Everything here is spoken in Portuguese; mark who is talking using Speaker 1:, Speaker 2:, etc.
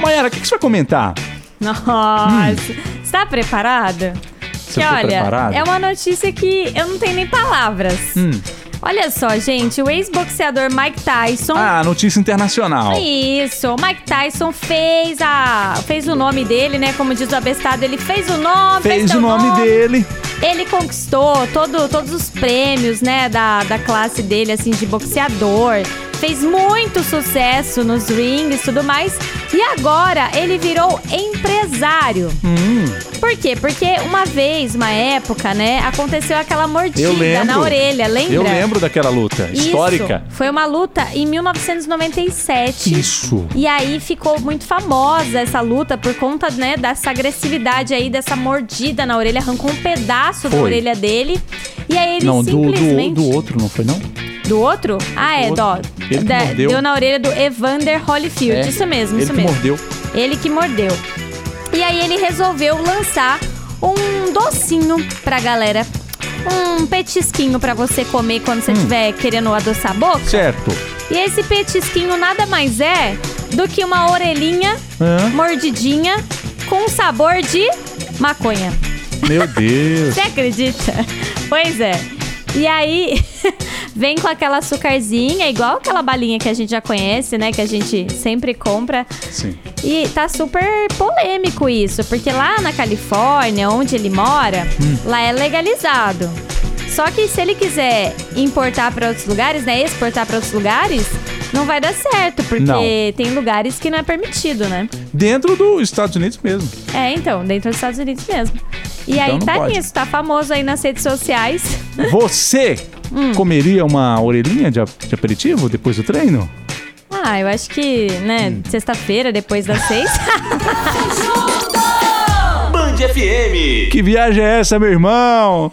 Speaker 1: Mayara, o que, que você vai comentar?
Speaker 2: Nossa,
Speaker 1: Hum.
Speaker 2: está preparada?
Speaker 1: Você
Speaker 2: que
Speaker 1: ficou
Speaker 2: olha,
Speaker 1: preparado?
Speaker 2: é uma notícia que eu não tenho nem palavras.
Speaker 1: Hum.
Speaker 2: Olha só, gente, o ex-boxeador Mike Tyson.
Speaker 1: Ah, notícia internacional.
Speaker 2: Isso, o Mike Tyson fez a fez o nome dele, né? Como diz o abestado, ele fez o nome, fez,
Speaker 1: Fez
Speaker 2: teu
Speaker 1: o nome dele.
Speaker 2: Ele conquistou todo, todos os prêmios, né, da, da classe dele, assim, de boxeador. Fez muito sucesso nos rings e tudo mais. E agora ele virou empresário.
Speaker 1: Hum,
Speaker 2: Por quê? Porque uma vez, uma época, né, aconteceu aquela mordida
Speaker 1: eu lembro.
Speaker 2: na orelha, lembra?
Speaker 1: Eu lembro daquela luta
Speaker 2: Isso.
Speaker 1: histórica.
Speaker 2: Foi uma luta em 1997.
Speaker 1: Isso.
Speaker 2: E aí ficou muito famosa essa luta por conta, né, dessa agressividade aí, dessa mordida na orelha, arrancou um pedaço da
Speaker 1: Foi.
Speaker 2: orelha dele. E aí ele
Speaker 1: Não, do, do,
Speaker 2: simplesmente.
Speaker 1: do outro, não foi, não?
Speaker 2: Do outro? Ah, é,
Speaker 1: Do
Speaker 2: dó.
Speaker 1: outro. Ele que
Speaker 2: Da-
Speaker 1: mordeu.
Speaker 2: Deu na orelha do Evander Holyfield.
Speaker 1: É,
Speaker 2: Isso mesmo,
Speaker 1: Ele
Speaker 2: isso
Speaker 1: que
Speaker 2: mesmo.
Speaker 1: mordeu.
Speaker 2: Ele que mordeu. E aí ele resolveu lançar um docinho pra galera. Um petisquinho pra você comer quando você estiver querendo adoçar a boca.
Speaker 1: Certo.
Speaker 2: E esse petisquinho nada mais é do que uma orelhinha
Speaker 1: Hã?
Speaker 2: mordidinha com sabor de maconha.
Speaker 1: Meu Deus.
Speaker 2: Você acredita? Pois é. E aí vem com aquela açucarzinha, igual aquela balinha que a gente já conhece, né? Que a gente sempre compra.
Speaker 1: Sim.
Speaker 2: E tá super polêmico isso, porque lá na Califórnia, onde ele mora,
Speaker 1: Hum.
Speaker 2: lá é legalizado. Só que se ele quiser importar pra outros lugares, né, exportar pra outros lugares, não vai dar certo, porque
Speaker 1: Não.
Speaker 2: tem lugares que não é permitido, né?
Speaker 1: Dentro dos Estados Unidos mesmo.
Speaker 2: É, então, dentro dos Estados Unidos mesmo. E
Speaker 1: Então
Speaker 2: aí
Speaker 1: não
Speaker 2: tá
Speaker 1: pode.
Speaker 2: nisso, tá famoso aí nas redes sociais.
Speaker 1: Você
Speaker 2: Hum.
Speaker 1: comeria uma orelhinha de, a- de aperitivo depois do treino?
Speaker 2: Ah, eu acho que, né,
Speaker 1: Hum.
Speaker 2: sexta-feira, depois das seis.
Speaker 3: Band FM.
Speaker 1: Que viagem é essa, meu irmão?